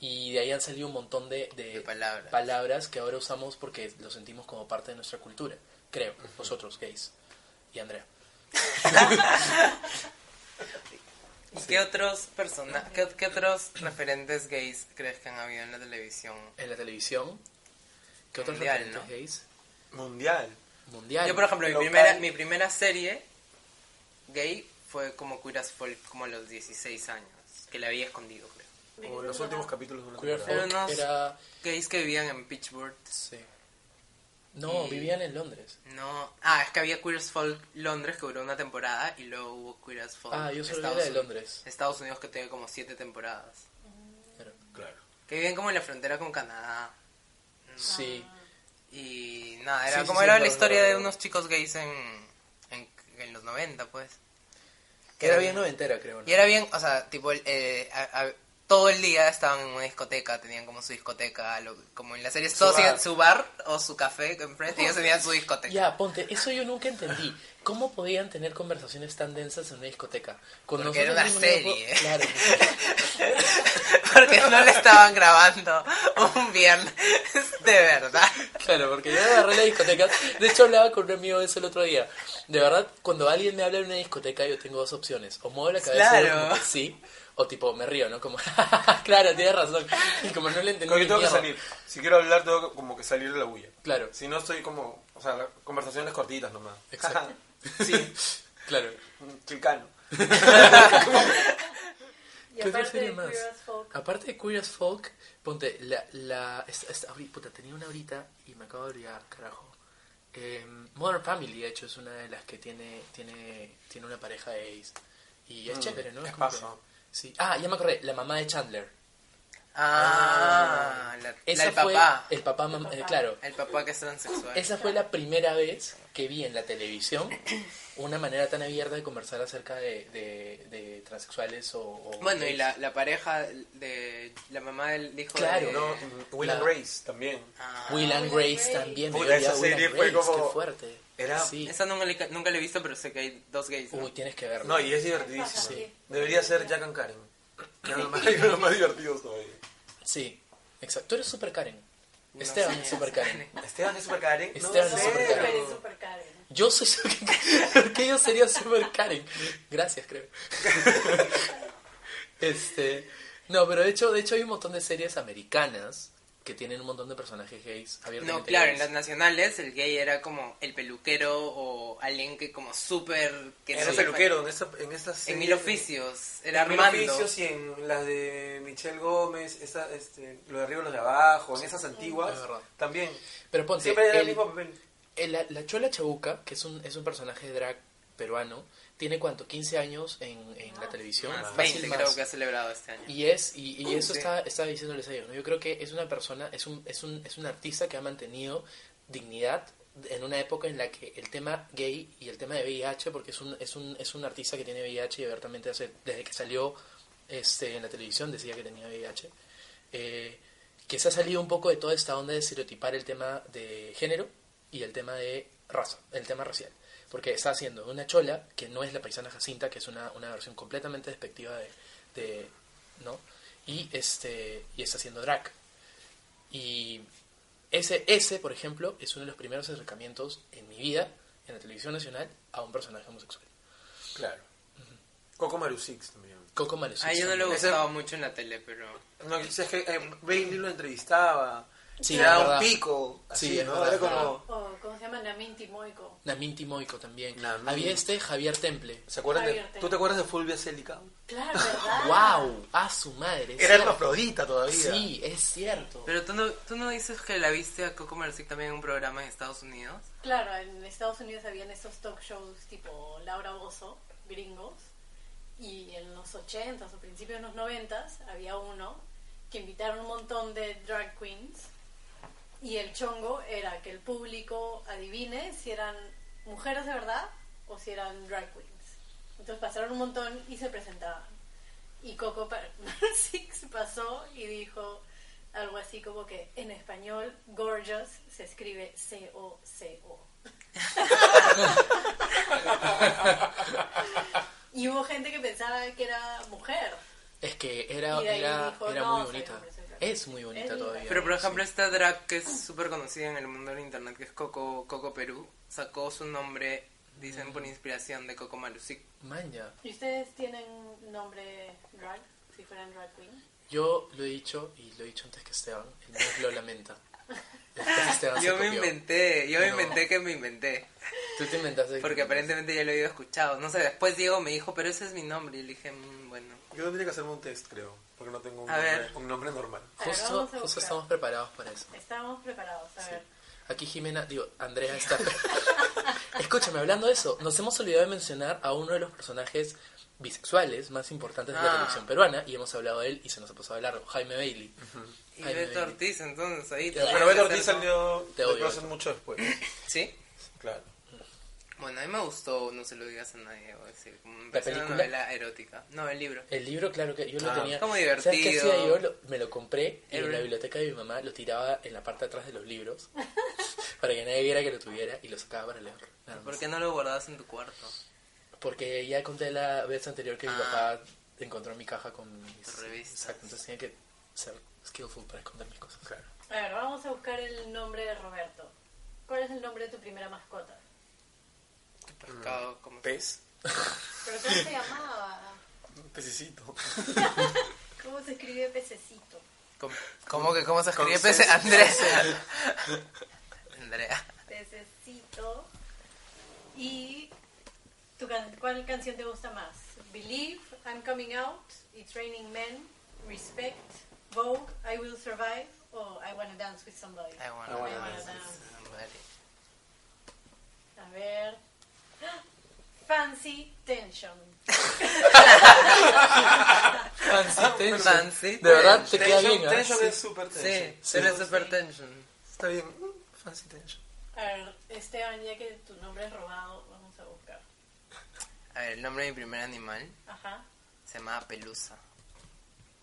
Speaker 3: Y de ahí han salido un montón de, de
Speaker 2: De palabras.
Speaker 3: palabras que ahora usamos porque lo sentimos como parte de nuestra cultura, creo, vosotros, gays, y Andrea.
Speaker 2: ¿Y ¿Qué otros persona, qué, qué otros referentes gays crees que han habido en la televisión?
Speaker 3: En la televisión, ¿qué otros
Speaker 2: Mundial,
Speaker 3: referentes
Speaker 2: ¿no?
Speaker 3: gays?
Speaker 1: Mundial.
Speaker 3: Mundial.
Speaker 2: Yo, por ejemplo, mi
Speaker 1: Local.
Speaker 2: primera, mi primera serie gay fue como Queer as Folk, como a los 16 años, que la había escondido, creo.
Speaker 1: O los últimos capítulos de una
Speaker 3: Queer
Speaker 1: temporada.
Speaker 3: Folk
Speaker 2: Pero no-
Speaker 3: era...
Speaker 2: Gays que vivían en Pittsburgh.
Speaker 3: sí. No,
Speaker 2: Y-
Speaker 3: vivían en Londres.
Speaker 2: No, ah, es que había Queer as Folk Londres que duró una temporada y luego hubo Queer as Folk
Speaker 3: Ah, yo solo vi la
Speaker 2: Estados
Speaker 3: de
Speaker 2: Unidos-
Speaker 3: Londres.
Speaker 2: Estados Unidos que tiene como siete temporadas.
Speaker 3: Claro.
Speaker 2: Ah.
Speaker 1: Claro.
Speaker 2: Que vivían como en la frontera con Canadá.
Speaker 3: Sí.
Speaker 2: Y nada, era
Speaker 3: Sí, sí,
Speaker 2: como
Speaker 3: sí,
Speaker 2: era la
Speaker 3: claro,
Speaker 2: historia
Speaker 3: claro,
Speaker 2: de
Speaker 3: claro.
Speaker 2: unos chicos gays en, en, en los 90, pues.
Speaker 3: Que era bien noventera, creo. ¿no?
Speaker 2: Y era bien, o sea, tipo, el- eh, a- a- todo el día estaban en una discoteca, tenían como su discoteca, lo- como en la serie, todos
Speaker 1: bar.
Speaker 2: tenían su bar o su café en frente, y ellos tenían su discoteca.
Speaker 3: Ya, ponte, eso yo nunca entendí. ¿Cómo podían tener conversaciones tan densas en una discoteca? Con
Speaker 2: Porque era
Speaker 3: nosotros
Speaker 2: una
Speaker 3: mismos,
Speaker 2: serie.
Speaker 3: Claro.
Speaker 2: Porque no le estaban grabando un viernes, de verdad.
Speaker 3: Claro, porque yo agarré la discoteca. De hecho, hablaba con un amigo de eso el otro día. De verdad, cuando alguien me habla de una discoteca, yo tengo dos opciones. O muevo la cabeza y digo
Speaker 2: Claro.
Speaker 3: como que sí, o tipo, me río, ¿no? Como, claro, tienes razón. Y como no le entendí
Speaker 1: Como que
Speaker 3: ni
Speaker 1: tengo que
Speaker 3: mierda.
Speaker 1: salir. Si quiero hablar, tengo que- como que salir de la bulla.
Speaker 3: Claro.
Speaker 1: Si no, estoy como. O sea, la- conversaciones cortitas nomás.
Speaker 3: Exacto.
Speaker 1: sí,
Speaker 3: Claro.
Speaker 1: un chilcano.
Speaker 5: Y
Speaker 3: ¿Qué otra
Speaker 5: aparte
Speaker 3: serie
Speaker 5: de
Speaker 3: más? Ah,
Speaker 5: Queer as Folk,
Speaker 3: Aparte de Curious Folk, ponte, la... la es- es- ahorita- puta, tenía una ahorita y me acabo de olvidar, carajo. Eh, Modern Family, de hecho, es una de las que tiene tiene tiene una pareja de gays. Y es
Speaker 1: Mm,
Speaker 3: chévere, ¿no?
Speaker 1: es
Speaker 3: como que-
Speaker 1: paja.
Speaker 3: sí. Ah, ya me acordé, la mamá de Chandler.
Speaker 2: Ah, la,
Speaker 3: Esa
Speaker 2: la- el
Speaker 3: fue
Speaker 2: papá.
Speaker 3: el papá, mam- eh, claro.
Speaker 2: El papá que es transexual.
Speaker 3: Esa fue la primera vez que vi en la televisión una manera tan abierta de conversar acerca de, de, de transexuales o... o
Speaker 2: Bueno, y
Speaker 3: gays.
Speaker 2: la, la pareja de la mamá del hijo
Speaker 3: Claro.
Speaker 2: de...
Speaker 1: No, Will and
Speaker 3: Eh, La-
Speaker 1: Grace también.
Speaker 2: Ah.
Speaker 3: Will and
Speaker 5: Will and
Speaker 3: Grace
Speaker 5: Grace.
Speaker 3: también. me
Speaker 1: Puta,
Speaker 3: dio
Speaker 1: esa
Speaker 3: ya Will and
Speaker 1: serie fue
Speaker 3: Grace,
Speaker 1: como-
Speaker 3: qué fuerte.
Speaker 1: era-
Speaker 3: Sí.
Speaker 2: Esa nunca le, nunca la he visto, pero sé que hay dos gays. ¿no?
Speaker 3: Uy, tienes que verla.
Speaker 1: No, y es divertidísimo.
Speaker 5: Sí.
Speaker 1: Debería ser Jack and Karen. Era lo más, era lo más divertido todavía.
Speaker 3: Sí, exacto. Tú eres super Karen.
Speaker 2: No
Speaker 3: Esteban
Speaker 2: sé.
Speaker 3: este es super Karen.
Speaker 1: Esteban es super Karen. No
Speaker 3: Esteban es
Speaker 1: sé.
Speaker 3: super
Speaker 5: Súper,
Speaker 3: Karen.
Speaker 5: súper Karen.
Speaker 3: Yo soy super Karen. que yo sería super Karen. Gracias, creo. este, no, pero de hecho, de hecho hay un montón de series americanas que tienen un montón de personajes gays abiertamente
Speaker 2: No, claro, en
Speaker 3: gays.
Speaker 2: las nacionales el gay era como el peluquero o alguien que como súper... que
Speaker 1: Era
Speaker 2: no
Speaker 3: Sí.
Speaker 2: se-
Speaker 1: peluquero en esa, en esa serie.
Speaker 2: En Mil Oficios,
Speaker 1: En
Speaker 2: era Armando.
Speaker 1: Mil Oficios y en las de Michelle Gómez, esa, este, lo de arriba, los de abajo, en esas antiguas.
Speaker 3: es verdad.
Speaker 1: También.
Speaker 3: Pero ponte,
Speaker 1: Siempre era el
Speaker 3: el-
Speaker 1: mismo papel.
Speaker 3: Eh, La, la Chola Chabuca, que es un, es un personaje de drag peruano, tiene cuánto, 15 años en, en la televisión.
Speaker 2: Ah, Más,
Speaker 3: Fácil
Speaker 2: 20
Speaker 3: más.
Speaker 2: creo que ha celebrado este año.
Speaker 3: Y es, y, y eso
Speaker 2: Sí.
Speaker 3: está, está diciéndoles a ellos, ¿no? Yo creo que es una persona, es un, es un, es un artista que ha mantenido dignidad en una época en la que el tema gay y el tema de VIH, porque es un, es un, es un artista que tiene VIH y abiertamente hace, desde que salió este, en la televisión decía que tenía VIH, eh, que se ha salido un poco de toda esta onda de estereotipar el tema de género y el tema de raza, el tema racial. Porque está haciendo una chola que no es la paisana Jacinta, que es una, una versión completamente despectiva de, de- ¿no? Y, este, y está haciendo drag. Y ese, ese, por ejemplo, es uno de los primeros acercamientos en mi vida, en la televisión nacional, a un personaje homosexual.
Speaker 1: Claro. Coco Maru Six también.
Speaker 3: Coco Malucci.
Speaker 2: A Ah, yo no le
Speaker 1: Ese-
Speaker 2: gustaba mucho en la tele, pero...
Speaker 1: No, es que eh, Bailey lo entrevistaba.
Speaker 3: Sí,
Speaker 1: le daba
Speaker 3: es
Speaker 1: un
Speaker 3: verdad.
Speaker 1: pico. Así,
Speaker 3: Sí, es
Speaker 1: ¿no?
Speaker 3: verdad,
Speaker 1: Era
Speaker 3: es verdad.
Speaker 1: como.
Speaker 5: O, ¿cómo se llama? Naminti Moico.
Speaker 3: Naminti Moico también.
Speaker 1: Naminti.
Speaker 3: Había este Javier Temple.
Speaker 1: ¿Se acuerdan de,
Speaker 5: Abierta.
Speaker 1: ¿Tú te acuerdas de Fulvia Célica?
Speaker 5: Claro, ¿verdad?
Speaker 3: ¡Wow! A su madre. es
Speaker 1: Era
Speaker 3: cierto.
Speaker 1: hermafrodita todavía.
Speaker 3: Sí, es cierto.
Speaker 2: Pero tú no, tú no dices que la viste a Coco Mercic también en un programa en Estados Unidos.
Speaker 5: Claro, en Estados Unidos habían esos talk shows tipo Laura Bozo, gringos, y en los 80s o principios de los 90s había uno que invitaron un montón de drag queens y el chongo era que el público adivine si eran mujeres de verdad o si eran drag queens. Entonces pasaron un montón y se presentaban. Y Coco Pa- Six pasó y dijo algo así como que en español gorgeous se escribe C-O-C-O. y hubo gente que pensaba que era mujer.
Speaker 3: Es que era,
Speaker 5: Y de ahí
Speaker 3: era,
Speaker 5: dijo,
Speaker 3: era
Speaker 5: "No,
Speaker 3: muy
Speaker 5: soy
Speaker 3: bonita.
Speaker 5: hombre, soy hombre".
Speaker 3: Es muy bonita
Speaker 5: Es
Speaker 3: todavía.
Speaker 5: linda.
Speaker 2: Pero por
Speaker 3: sí.
Speaker 2: ejemplo esta drag que es súper conocida en el mundo del internet, que es Coco, Coco Perú, sacó su nombre, dicen
Speaker 3: Mm.
Speaker 2: por inspiración de Coco Malusic.
Speaker 3: Maña.
Speaker 5: ¿Y ustedes tienen nombre drag? Si fueran drag queen.
Speaker 3: Yo lo he dicho, y lo he dicho antes que Esteban, el mes lo lamenta. Después Esteban Ah, se
Speaker 2: Yo me
Speaker 3: copió.
Speaker 2: inventé, yo me
Speaker 3: No.
Speaker 2: inventé que me inventé.
Speaker 3: Tú te inventaste. que-
Speaker 2: Porque aparentemente ya lo había escuchado. No sé, después Diego me dijo, pero ese es mi nombre. Y le dije, "Mm, bueno.
Speaker 1: Yo tendría que hacerme un test, creo, porque no tengo un,
Speaker 2: A
Speaker 1: nombre,
Speaker 2: ver.
Speaker 1: un nombre normal.
Speaker 5: A ver,
Speaker 3: Justo,
Speaker 5: vamos a
Speaker 3: justo
Speaker 5: buscar.
Speaker 3: estamos preparados para eso.
Speaker 5: Estamos preparados, a ver.
Speaker 3: Aquí Jimena, digo, Andrea está. Escúchame, hablando de eso, nos hemos olvidado de mencionar a uno de los personajes bisexuales más importantes de la
Speaker 2: Ah.
Speaker 3: televisión peruana y hemos hablado de él y se nos ha pasado de largo, Jaime Bailey.
Speaker 2: Y
Speaker 3: Jaime
Speaker 2: Beto
Speaker 3: Bailey.
Speaker 2: Ortiz, entonces ahí.
Speaker 3: Pero
Speaker 2: tenía
Speaker 1: Pero
Speaker 2: que
Speaker 1: Beto Ortiz
Speaker 2: ser, ¿no?
Speaker 1: salió
Speaker 3: Te
Speaker 1: de
Speaker 3: odio,
Speaker 1: Closet
Speaker 3: Beto.
Speaker 1: mucho después.
Speaker 2: Sí.
Speaker 1: Claro.
Speaker 2: Bueno, a mí me gustó, no se lo digas a nadie. O decir, como me
Speaker 3: ¿La
Speaker 2: pareció una
Speaker 3: película?
Speaker 2: novela erótica. No, el libro.
Speaker 3: El libro, claro que yo lo
Speaker 1: Ah.
Speaker 3: tenía.
Speaker 2: Está muy
Speaker 3: ¿Sabes qué
Speaker 2: divertido.
Speaker 3: hacía yo? Lo- me lo compré y
Speaker 2: El-
Speaker 3: en la biblioteca de mi mamá lo tiraba en la parte de atrás de los libros para que nadie viera que lo tuviera y lo sacaba para leerlo. nada más.
Speaker 2: ¿Por qué no lo guardabas en tu cuarto?
Speaker 3: Porque ya conté la vez anterior que mi
Speaker 2: Ah.
Speaker 3: papá encontró mi caja con mis
Speaker 2: Revistas.
Speaker 3: Exacto, entonces tenía que ser skillful para esconder mis cosas.
Speaker 1: Claro.
Speaker 5: A ver, vamos a buscar el nombre de Roberto. ¿Cuál es el nombre de tu primera mascota?
Speaker 2: Tu pescado, como
Speaker 1: Pez.
Speaker 5: ¿Pero cómo se llamaba?
Speaker 1: Pececito.
Speaker 5: ¿Cómo se escribe pececito?
Speaker 2: ¿Cómo, cómo que cómo se
Speaker 1: Con
Speaker 2: escribe pese?
Speaker 1: C.
Speaker 2: Andrea. Andrea.
Speaker 5: Pececito. ¿Y tu can- cuál canción te gusta más? Believe, I'm Coming Out, It's Raining Men, Respect, Vogue, I Will Survive o I Wanna Dance With Somebody.
Speaker 2: I wanna
Speaker 1: I wanna
Speaker 2: dance
Speaker 5: dance.
Speaker 2: with somebody.
Speaker 5: A ver. ¡Ah! Fancy Tension.
Speaker 2: Ah,
Speaker 3: Fancy Tension.
Speaker 2: Fancy
Speaker 3: De verdad, te
Speaker 2: Tension.
Speaker 3: queda bien. ¿ah?
Speaker 1: Tension
Speaker 3: Sí.
Speaker 1: es super
Speaker 2: Sí,
Speaker 1: tension.
Speaker 2: eres super tension.
Speaker 1: Está bien. Mm, Fancy tension.
Speaker 5: A ver, Esteban, ya que tu nombre es robado, vamos a buscar.
Speaker 2: A ver, el nombre de mi primer animal
Speaker 5: Ajá.
Speaker 2: se llamaba Pelusa.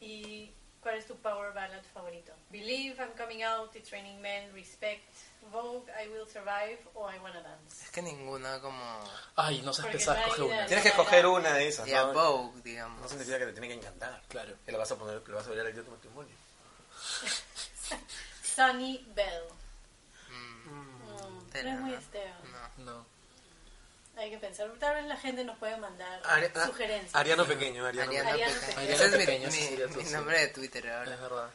Speaker 5: ¿Y cuál es tu power ballad favorito? Believe, I'm Coming Out, It's Raining Men, Respect, Vogue, I Will Survive o I Wanna Dance.
Speaker 2: Es que ninguna como...
Speaker 3: Ay, no seas
Speaker 5: Porque
Speaker 3: pesada,
Speaker 5: no hay
Speaker 3: escoge una.
Speaker 5: idea.
Speaker 1: Tienes que escoger una de esas,
Speaker 2: Ya,
Speaker 1: ¿no?
Speaker 2: Vogue, digamos.
Speaker 1: No significa que te tiene que encantar.
Speaker 3: Claro.
Speaker 1: Que la vas a poner, que la vas a ver el día de tu matrimonio.
Speaker 5: Sunny Bell.
Speaker 2: Mm,
Speaker 5: Mm,
Speaker 2: Pero
Speaker 5: no es muy
Speaker 2: no.
Speaker 5: Esteban.
Speaker 2: no.
Speaker 3: No.
Speaker 5: Hay que pensar. Tal vez la gente nos puede mandar
Speaker 1: Ari- ah,
Speaker 5: sugerencias.
Speaker 1: Ariano pequeño, Ariano
Speaker 2: Ariana
Speaker 5: Ariana
Speaker 2: Pequeño.
Speaker 5: Pequeño.
Speaker 2: Ese es mi,
Speaker 3: Pequeño,
Speaker 2: mi-
Speaker 3: sí, sería tu-
Speaker 2: mi nombre de Twitter ahora.
Speaker 3: Es verdad.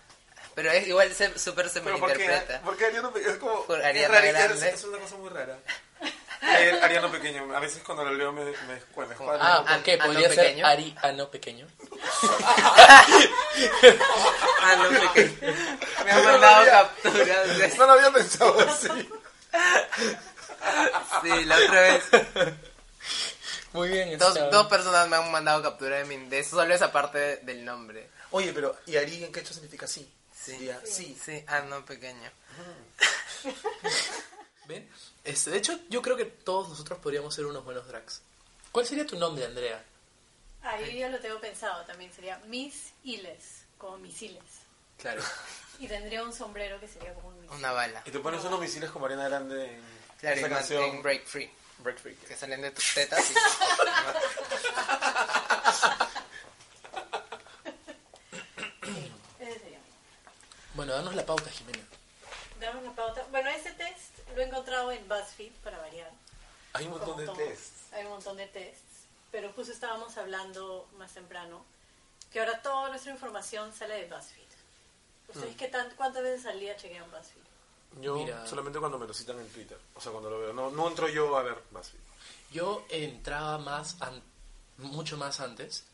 Speaker 2: Pero es, igual se, súper se
Speaker 1: Pero ¿por qué?
Speaker 2: malinterpreta.
Speaker 1: ¿Por qué Ariano Pequeño? Es como.
Speaker 2: Por
Speaker 1: es
Speaker 2: Ariana
Speaker 1: raro,
Speaker 2: Grande.
Speaker 1: Es, es una cosa muy rara. Eh, Ariano Pequeño. A veces cuando lo leo me, me, me escuadra.
Speaker 3: Ah,
Speaker 2: Ano-
Speaker 3: ¿por qué?
Speaker 2: ano
Speaker 3: Podría ser
Speaker 2: pequeño.
Speaker 3: Ari Ano Pequeño.
Speaker 2: Ah, no, pequeño. Me han mandado capturas. de-
Speaker 1: No lo había pensado así.
Speaker 2: Sí, la otra vez.
Speaker 3: Muy bien,
Speaker 2: Dos,
Speaker 3: Esteban.
Speaker 2: dos personas me han mandado captura de mi... De eso solo esa parte del nombre.
Speaker 1: Oye, pero ¿y Ari en quechua significa sí?
Speaker 2: Sí.
Speaker 1: Diría,
Speaker 2: Sí, ah, no, pequeño.
Speaker 3: ¿Ven? Este, de hecho, yo creo que todos nosotros podríamos ser unos buenos drags. ¿Cuál sería tu nombre, Andrea?
Speaker 5: Ah, yo ya lo tengo pensado también. Sería Miss Iles, como misiles.
Speaker 3: Claro.
Speaker 5: Y tendría un sombrero que sería como un misil.
Speaker 2: Una bala.
Speaker 1: Y te pones unos misiles como Ariana Grande en
Speaker 2: Claro,
Speaker 1: esa
Speaker 2: y
Speaker 1: canción.
Speaker 2: Martin Break Free.
Speaker 1: Break Free.
Speaker 2: Que salen de tus tetas. y-
Speaker 5: Ese sería.
Speaker 3: Bueno, danos la pauta, Jimena.
Speaker 5: Dame una pauta. Bueno, ese test lo he encontrado en BuzzFeed, para variar.
Speaker 1: Hay un montón de
Speaker 5: Como todos.
Speaker 1: test.
Speaker 5: Hay un montón de tests. Pero justo estábamos hablando más temprano que ahora toda nuestra información sale de BuzzFeed. ¿Ustedes qué tan, cuántas veces al día chequean BuzzFeed?
Speaker 1: Yo
Speaker 3: Mira.
Speaker 1: solamente cuando me lo citan en Twitter. O sea, cuando lo veo. No, no entro yo a ver BuzzFeed.
Speaker 3: Yo entraba más, an- mucho más antes,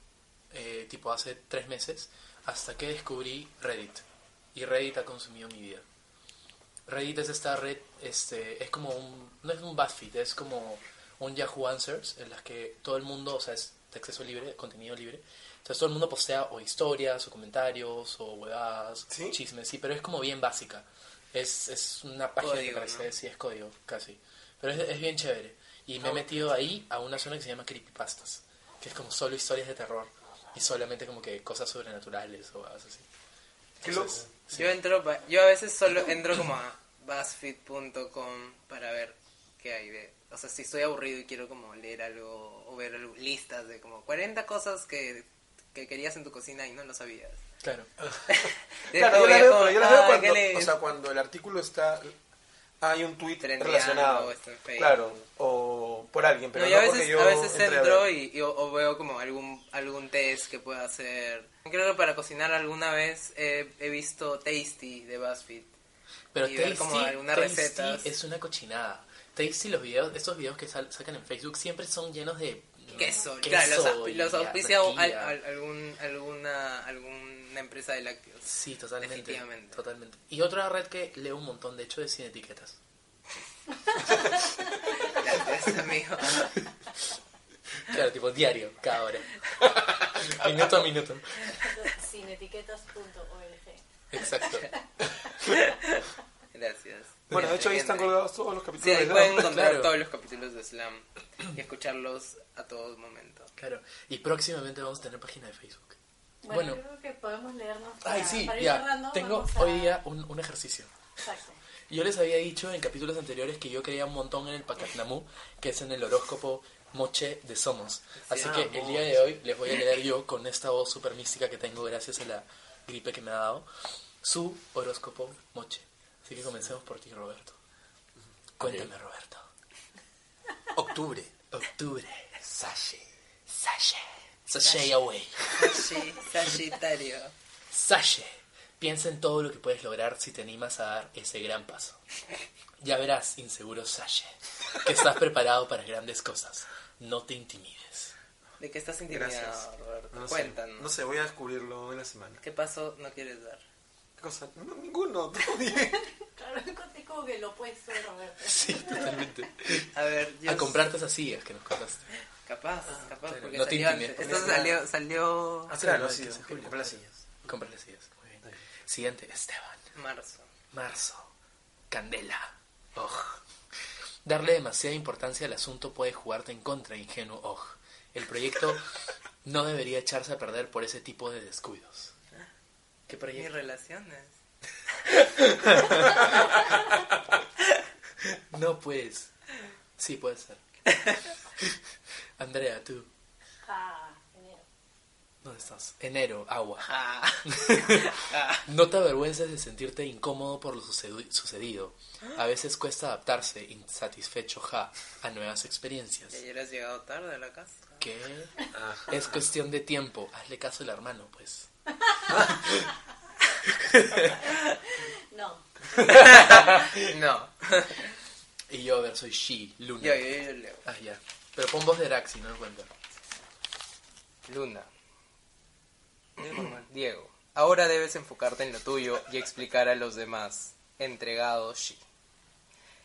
Speaker 3: eh, tipo hace tres meses, hasta que descubrí Reddit. Y Reddit ha consumido mi vida. Reddit es esta red, este, es como un, no es un BuzzFeed, es como un Yahoo Answers, en las que todo el mundo, o sea, es de acceso libre, contenido libre. Entonces todo el mundo postea o historias, o comentarios, o huevadas,
Speaker 1: ¿Sí?
Speaker 3: chismes, sí, pero es como bien básica. Es, es una página que
Speaker 2: Código,
Speaker 3: parece,
Speaker 2: ¿no?
Speaker 3: sí, es código, casi. Pero es, es bien chévere. Y me he metido ahí a una zona que se llama Creepypastas, que es como solo historias de terror. Y solamente como que cosas sobrenaturales o algo así.
Speaker 1: Qué
Speaker 3: Entonces,
Speaker 1: loco.
Speaker 2: Yo entro, pa- yo a veces solo entro como a buzzfeed.com para ver qué hay de... O sea, si estoy aburrido y quiero como leer algo o ver algo- listas de como 40 cosas que, que querías en tu cocina y no lo sabías.
Speaker 3: Claro.
Speaker 2: Después
Speaker 1: Claro, yo
Speaker 2: voy a
Speaker 1: las veo,
Speaker 2: como,
Speaker 1: pero yo las veo
Speaker 2: "Ay,
Speaker 1: cuando,
Speaker 2: Ah, ¿qué lees?".
Speaker 1: o sea, cuando el artículo está... Hay un tweet
Speaker 2: Trendeando,
Speaker 1: relacionado.
Speaker 2: o está en Facebook.
Speaker 1: Claro, o por alguien, pero
Speaker 2: no,
Speaker 1: no,
Speaker 2: yo a
Speaker 1: porque
Speaker 2: veces,
Speaker 1: yo
Speaker 2: a veces
Speaker 1: entré a
Speaker 2: entro
Speaker 1: ver.
Speaker 2: y, y o, o veo como algún algún test que pueda hacer. Creo que para cocinar alguna vez he, he visto Tasty de BuzzFeed.
Speaker 3: Pero
Speaker 2: Y ver
Speaker 3: Tasty,
Speaker 2: como algunas
Speaker 3: Tasty
Speaker 2: recetas.
Speaker 3: es una cochinada. Tasty, los videos, estos videos que sal- sacan en Facebook siempre son llenos de
Speaker 2: Queso,
Speaker 3: queso
Speaker 2: claro, los,
Speaker 3: y
Speaker 2: ausp- los auspicia
Speaker 3: mantequilla.
Speaker 2: al- al- algún, alguna, alguna empresa de lácteos.
Speaker 3: Sí, totalmente.
Speaker 2: Definitivamente.
Speaker 3: Totalmente. Y otra red que leo un montón, de hecho, es sin etiquetas.
Speaker 2: Gracias, amigo.
Speaker 3: Claro, tipo diario, cada hora. minuto a minuto.
Speaker 5: Sin etiquetas.org.
Speaker 3: Exacto.
Speaker 2: Gracias.
Speaker 1: Bueno, de hecho ahí están
Speaker 2: Excelente.
Speaker 1: colgados todos los
Speaker 2: Sí,
Speaker 1: capítulos.
Speaker 2: ahí
Speaker 1: de-
Speaker 2: pueden encontrar
Speaker 3: Claro.
Speaker 2: todos los capítulos de Slam y escucharlos a todo momento.
Speaker 3: Claro. Y próximamente vamos a tener página de Facebook.
Speaker 5: Bueno,
Speaker 3: Bueno.
Speaker 5: creo que podemos leernos.
Speaker 3: Ay,
Speaker 5: para-
Speaker 3: sí,
Speaker 5: para ir
Speaker 3: ya.
Speaker 5: cerrando,
Speaker 3: Tengo
Speaker 5: vamos a-
Speaker 3: hoy día un, un ejercicio.
Speaker 5: Exacto.
Speaker 3: Yo les había dicho en capítulos anteriores que yo creía un montón en el Pacatnamú, que es en el horóscopo moche de Somos. Así que el día de hoy les voy a leer yo, con esta voz super mística que tengo gracias a la gripe que me ha dado, su horóscopo moche. Así que comencemos por ti, Roberto. Cuéntame, Roberto.
Speaker 4: Octubre.
Speaker 3: Octubre.
Speaker 4: Sashe.
Speaker 3: Sashe. Sashe away.
Speaker 2: Sashi- Sagitario.
Speaker 3: Sashe, piensa en todo lo que puedes lograr si te animas a dar ese gran paso. Ya verás, inseguro Sashe, que estás preparado para grandes cosas. No te intimides.
Speaker 2: ¿De qué estás
Speaker 1: Gracias.
Speaker 2: intimidado, Roberto?
Speaker 1: No sé,
Speaker 2: Cuéntanos.
Speaker 1: no sé, voy a descubrirlo en la semana.
Speaker 2: ¿Qué paso no quieres dar?
Speaker 1: ¿Qué cosa? No, ninguno, todo bien.
Speaker 5: Claro, es como que lo opuesto de Roberto.
Speaker 3: Sí, totalmente.
Speaker 2: A ver, yo...
Speaker 3: A comprarte esas sillas que nos contaste.
Speaker 2: Capaz, capaz,
Speaker 3: claro,
Speaker 2: porque
Speaker 3: no te
Speaker 2: salió
Speaker 3: intimides,
Speaker 2: antes.
Speaker 3: porque
Speaker 2: Esto
Speaker 3: es-
Speaker 2: salió, salió
Speaker 1: Ah,
Speaker 3: claro,
Speaker 1: claro,
Speaker 3: sí,
Speaker 1: sí,
Speaker 3: sí,
Speaker 1: sí,
Speaker 3: Julio.
Speaker 1: compra las sillas.
Speaker 3: Comprar las sillas. Muy bien. Siguiente, Esteban.
Speaker 2: marzo.
Speaker 3: Marzo. Candela. Oj. Darle demasiada importancia al asunto puede jugarte en contra, ingenuo. Oj. El proyecto no debería echarse a perder por ese tipo de descuidos. ¿Qué
Speaker 2: Mis
Speaker 3: proyecto?
Speaker 2: relaciones.
Speaker 3: No, pues. Sí, puede ser. Andrea, tú,
Speaker 5: Ah, enero.
Speaker 3: ¿dónde estás? Enero, agua.
Speaker 2: Ah.
Speaker 3: No te avergüences de sentirte incómodo por lo sucedu- sucedido. A veces cuesta adaptarse, insatisfecho, ja, a nuevas experiencias.
Speaker 2: Y ayer has llegado tarde a la casa.
Speaker 3: ¿Qué? Es cuestión de tiempo. Hazle caso al hermano, pues.
Speaker 5: No,
Speaker 2: No.
Speaker 3: Y yo, a ver, soy she, Luna.
Speaker 2: Yo, yo, yo, yo leo.
Speaker 3: Ah, ya. Pero pon voz de Araxi, no cuenta.
Speaker 2: Luna. Diego. Ahora debes enfocarte en lo tuyo y explicar a los demás, entregado Shi,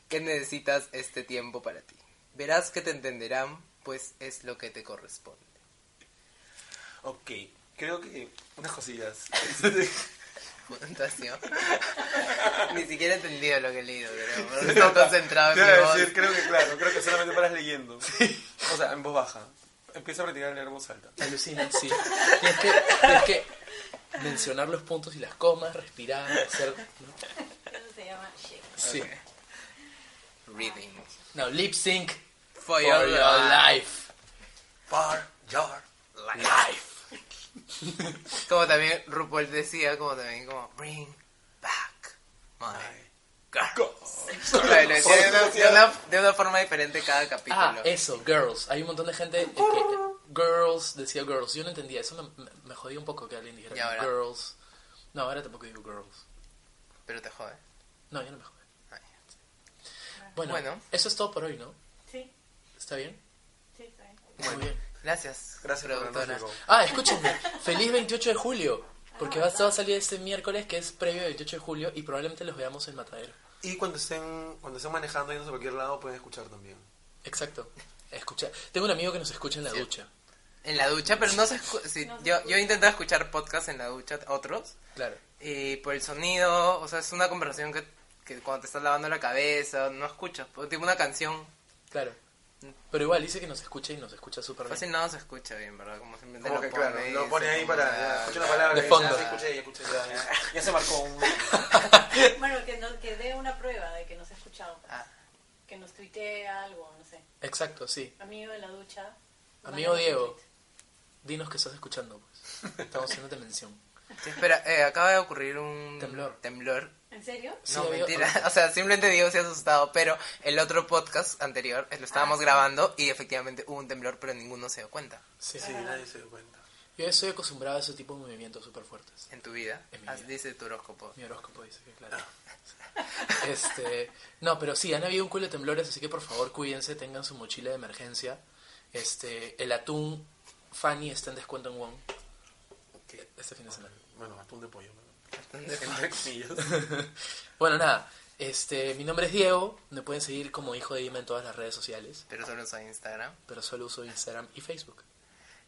Speaker 2: que necesitas este tiempo para ti. Verás que te entenderán, pues es lo que te corresponde.
Speaker 1: Ok, creo que unas cosillas.
Speaker 2: Puntuación. Ni siquiera he entendido lo que he leído, pero estoy concentrado
Speaker 1: Te iba a
Speaker 2: en mi
Speaker 1: decir,
Speaker 2: voz.
Speaker 1: creo que claro, creo que solamente paras leyendo. O sea, en voz baja. Empieza a practicar leer en voz alta.
Speaker 3: Alucina, sí. Tienes que, tienes que mencionar los puntos y las comas, respirar, hacer... ¿no?
Speaker 5: eso se llama shit.
Speaker 3: Sí.
Speaker 2: Reading.
Speaker 3: No, lip sync
Speaker 2: For
Speaker 3: for
Speaker 2: your
Speaker 3: your life.
Speaker 1: Par, jar.
Speaker 3: Life.
Speaker 2: Como también RuPaul decía, como también como bring back my girls. O sea, lo decía de, una, de una- de una forma diferente cada capítulo.
Speaker 3: Ah, eso, girls. Hay un montón de gente eh, que... eh, Girls, decía girls. Yo no entendía. Eso me, me- me jodía un poco que alguien dijera
Speaker 2: ¿Y ahora?
Speaker 3: girls. No, ahora tampoco digo girls.
Speaker 2: Pero te jode.
Speaker 3: No, yo no me jodé.
Speaker 2: Ay.
Speaker 3: Bueno,
Speaker 2: Bueno.
Speaker 3: eso es todo por hoy, ¿no?
Speaker 5: Sí,
Speaker 3: ¿Está bien?
Speaker 5: sí, está bien.
Speaker 3: Muy bien.
Speaker 2: Gracias,
Speaker 1: Gracias,
Speaker 2: productora.
Speaker 1: Fernando.
Speaker 3: Ah, escúchenme. Feliz 28 de julio. Porque va va a salir este miércoles, que es previo al 28 de julio, y probablemente los veamos en Matadero.
Speaker 1: Y cuando estén, cuando estén manejando yendo a cualquier lado pueden escuchar también.
Speaker 3: Exacto. Escucha. Tengo un amigo que nos escucha en la ducha.
Speaker 2: En la ducha, pero no se escu- sí,
Speaker 5: No se
Speaker 2: yo,
Speaker 5: escucha.
Speaker 2: yo he intentado escuchar podcasts en la ducha, otros,
Speaker 3: Claro.
Speaker 2: y por el sonido, o sea, es una conversación que, que cuando te estás lavando la cabeza, no escuchas, pues, tipo una canción,
Speaker 3: Claro. Pero igual, dice que nos escucha y nos escucha súper bien.
Speaker 2: Fácil no se escucha bien, ¿verdad? Como simplemente
Speaker 4: Como
Speaker 2: lo
Speaker 4: que,
Speaker 2: pone
Speaker 4: claro,
Speaker 2: y
Speaker 4: lo
Speaker 2: dice
Speaker 4: pone ahí
Speaker 2: como,
Speaker 4: para-
Speaker 2: ah,
Speaker 4: escucha una palabra
Speaker 3: De
Speaker 4: que
Speaker 3: fondo.
Speaker 4: ya escuché, ya escuché, ya, ya. Ya se marcó un...
Speaker 5: Bueno, que, nos, que dé una prueba de que nos ha escuchado. pues.
Speaker 2: Ah.
Speaker 5: Que nos tuitee algo, no sé.
Speaker 3: Exacto, sí.
Speaker 5: Amigo de la ducha.
Speaker 3: Amigo
Speaker 5: mándanos un
Speaker 3: Diego.
Speaker 5: tweet.
Speaker 3: Dinos que estás escuchando, pues. Estamos haciéndote mención.
Speaker 2: Sí, espera, eh, acaba de ocurrir un
Speaker 3: Temblor.
Speaker 2: temblor.
Speaker 5: ¿En serio?
Speaker 3: Sí,
Speaker 2: No,
Speaker 3: había-
Speaker 2: mentira. O sea, simplemente Diego se ha asustado, pero el otro podcast anterior eh, lo
Speaker 4: Ah,
Speaker 2: estábamos grabando y efectivamente hubo un temblor, pero ninguno se dio cuenta
Speaker 3: Sí.
Speaker 1: Sí, nadie se dio cuenta.
Speaker 3: Yo estoy acostumbrado a ese tipo de movimientos súper fuertes.
Speaker 2: en tu vida.
Speaker 3: En mi
Speaker 2: Así
Speaker 3: vida.
Speaker 2: dice tu horóscopo.
Speaker 3: Mi horóscopo dice que, claro. Este, no, pero sí, han habido un culo de temblores, así que por favor cuídense, tengan su mochila de emergencia. Este, el atún Fanny está en descuento en Wong
Speaker 1: ¿Qué?
Speaker 3: este fin de semana.
Speaker 1: Bueno, atún de pollo. ¿no?
Speaker 2: ¿Dónde fue?
Speaker 1: Entre comillas.
Speaker 3: Bueno, nada, este, mi nombre es Diego, me pueden seguir como hijo de Dima en todas las redes sociales,
Speaker 2: Pero solo uso Instagram.
Speaker 3: pero solo uso Instagram y Facebook.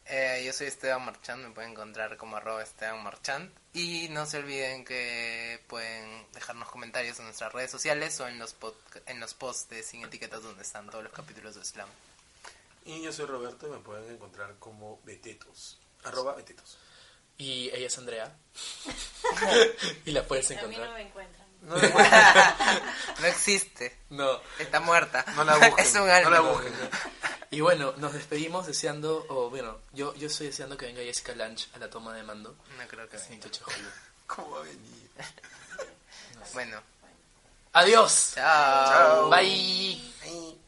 Speaker 2: Eh, yo soy Esteban Marchand, me pueden encontrar como arroba Esteban Marchand. Y no se olviden que pueden dejarnos comentarios en nuestras redes sociales o en los, podca- en los posts de Sin Etiquetas donde están todos los capítulos de Slam.
Speaker 1: Y yo soy Roberto y me pueden encontrar como Betetos. Arroba Betetos.
Speaker 3: Y ella es Andrea. y la puedes
Speaker 5: A mí no
Speaker 3: encontrar.
Speaker 5: me encuentran.
Speaker 1: No, la busquen,
Speaker 2: No existe,
Speaker 3: No.
Speaker 2: está muerta.
Speaker 1: no la busquen.
Speaker 2: es un
Speaker 1: No
Speaker 2: alma.
Speaker 1: la busquen.
Speaker 3: Y bueno, nos despedimos deseando, o bueno, yo, yo estoy deseando que venga Jessica Lange a la toma de mando.
Speaker 2: No creo que
Speaker 3: Sí,
Speaker 2: sí.
Speaker 3: Tocho Julio.
Speaker 1: ¿Cómo va a venir?
Speaker 2: Bueno,
Speaker 3: Adiós.
Speaker 2: chao.
Speaker 1: Chao.
Speaker 3: Bye.
Speaker 1: Ay.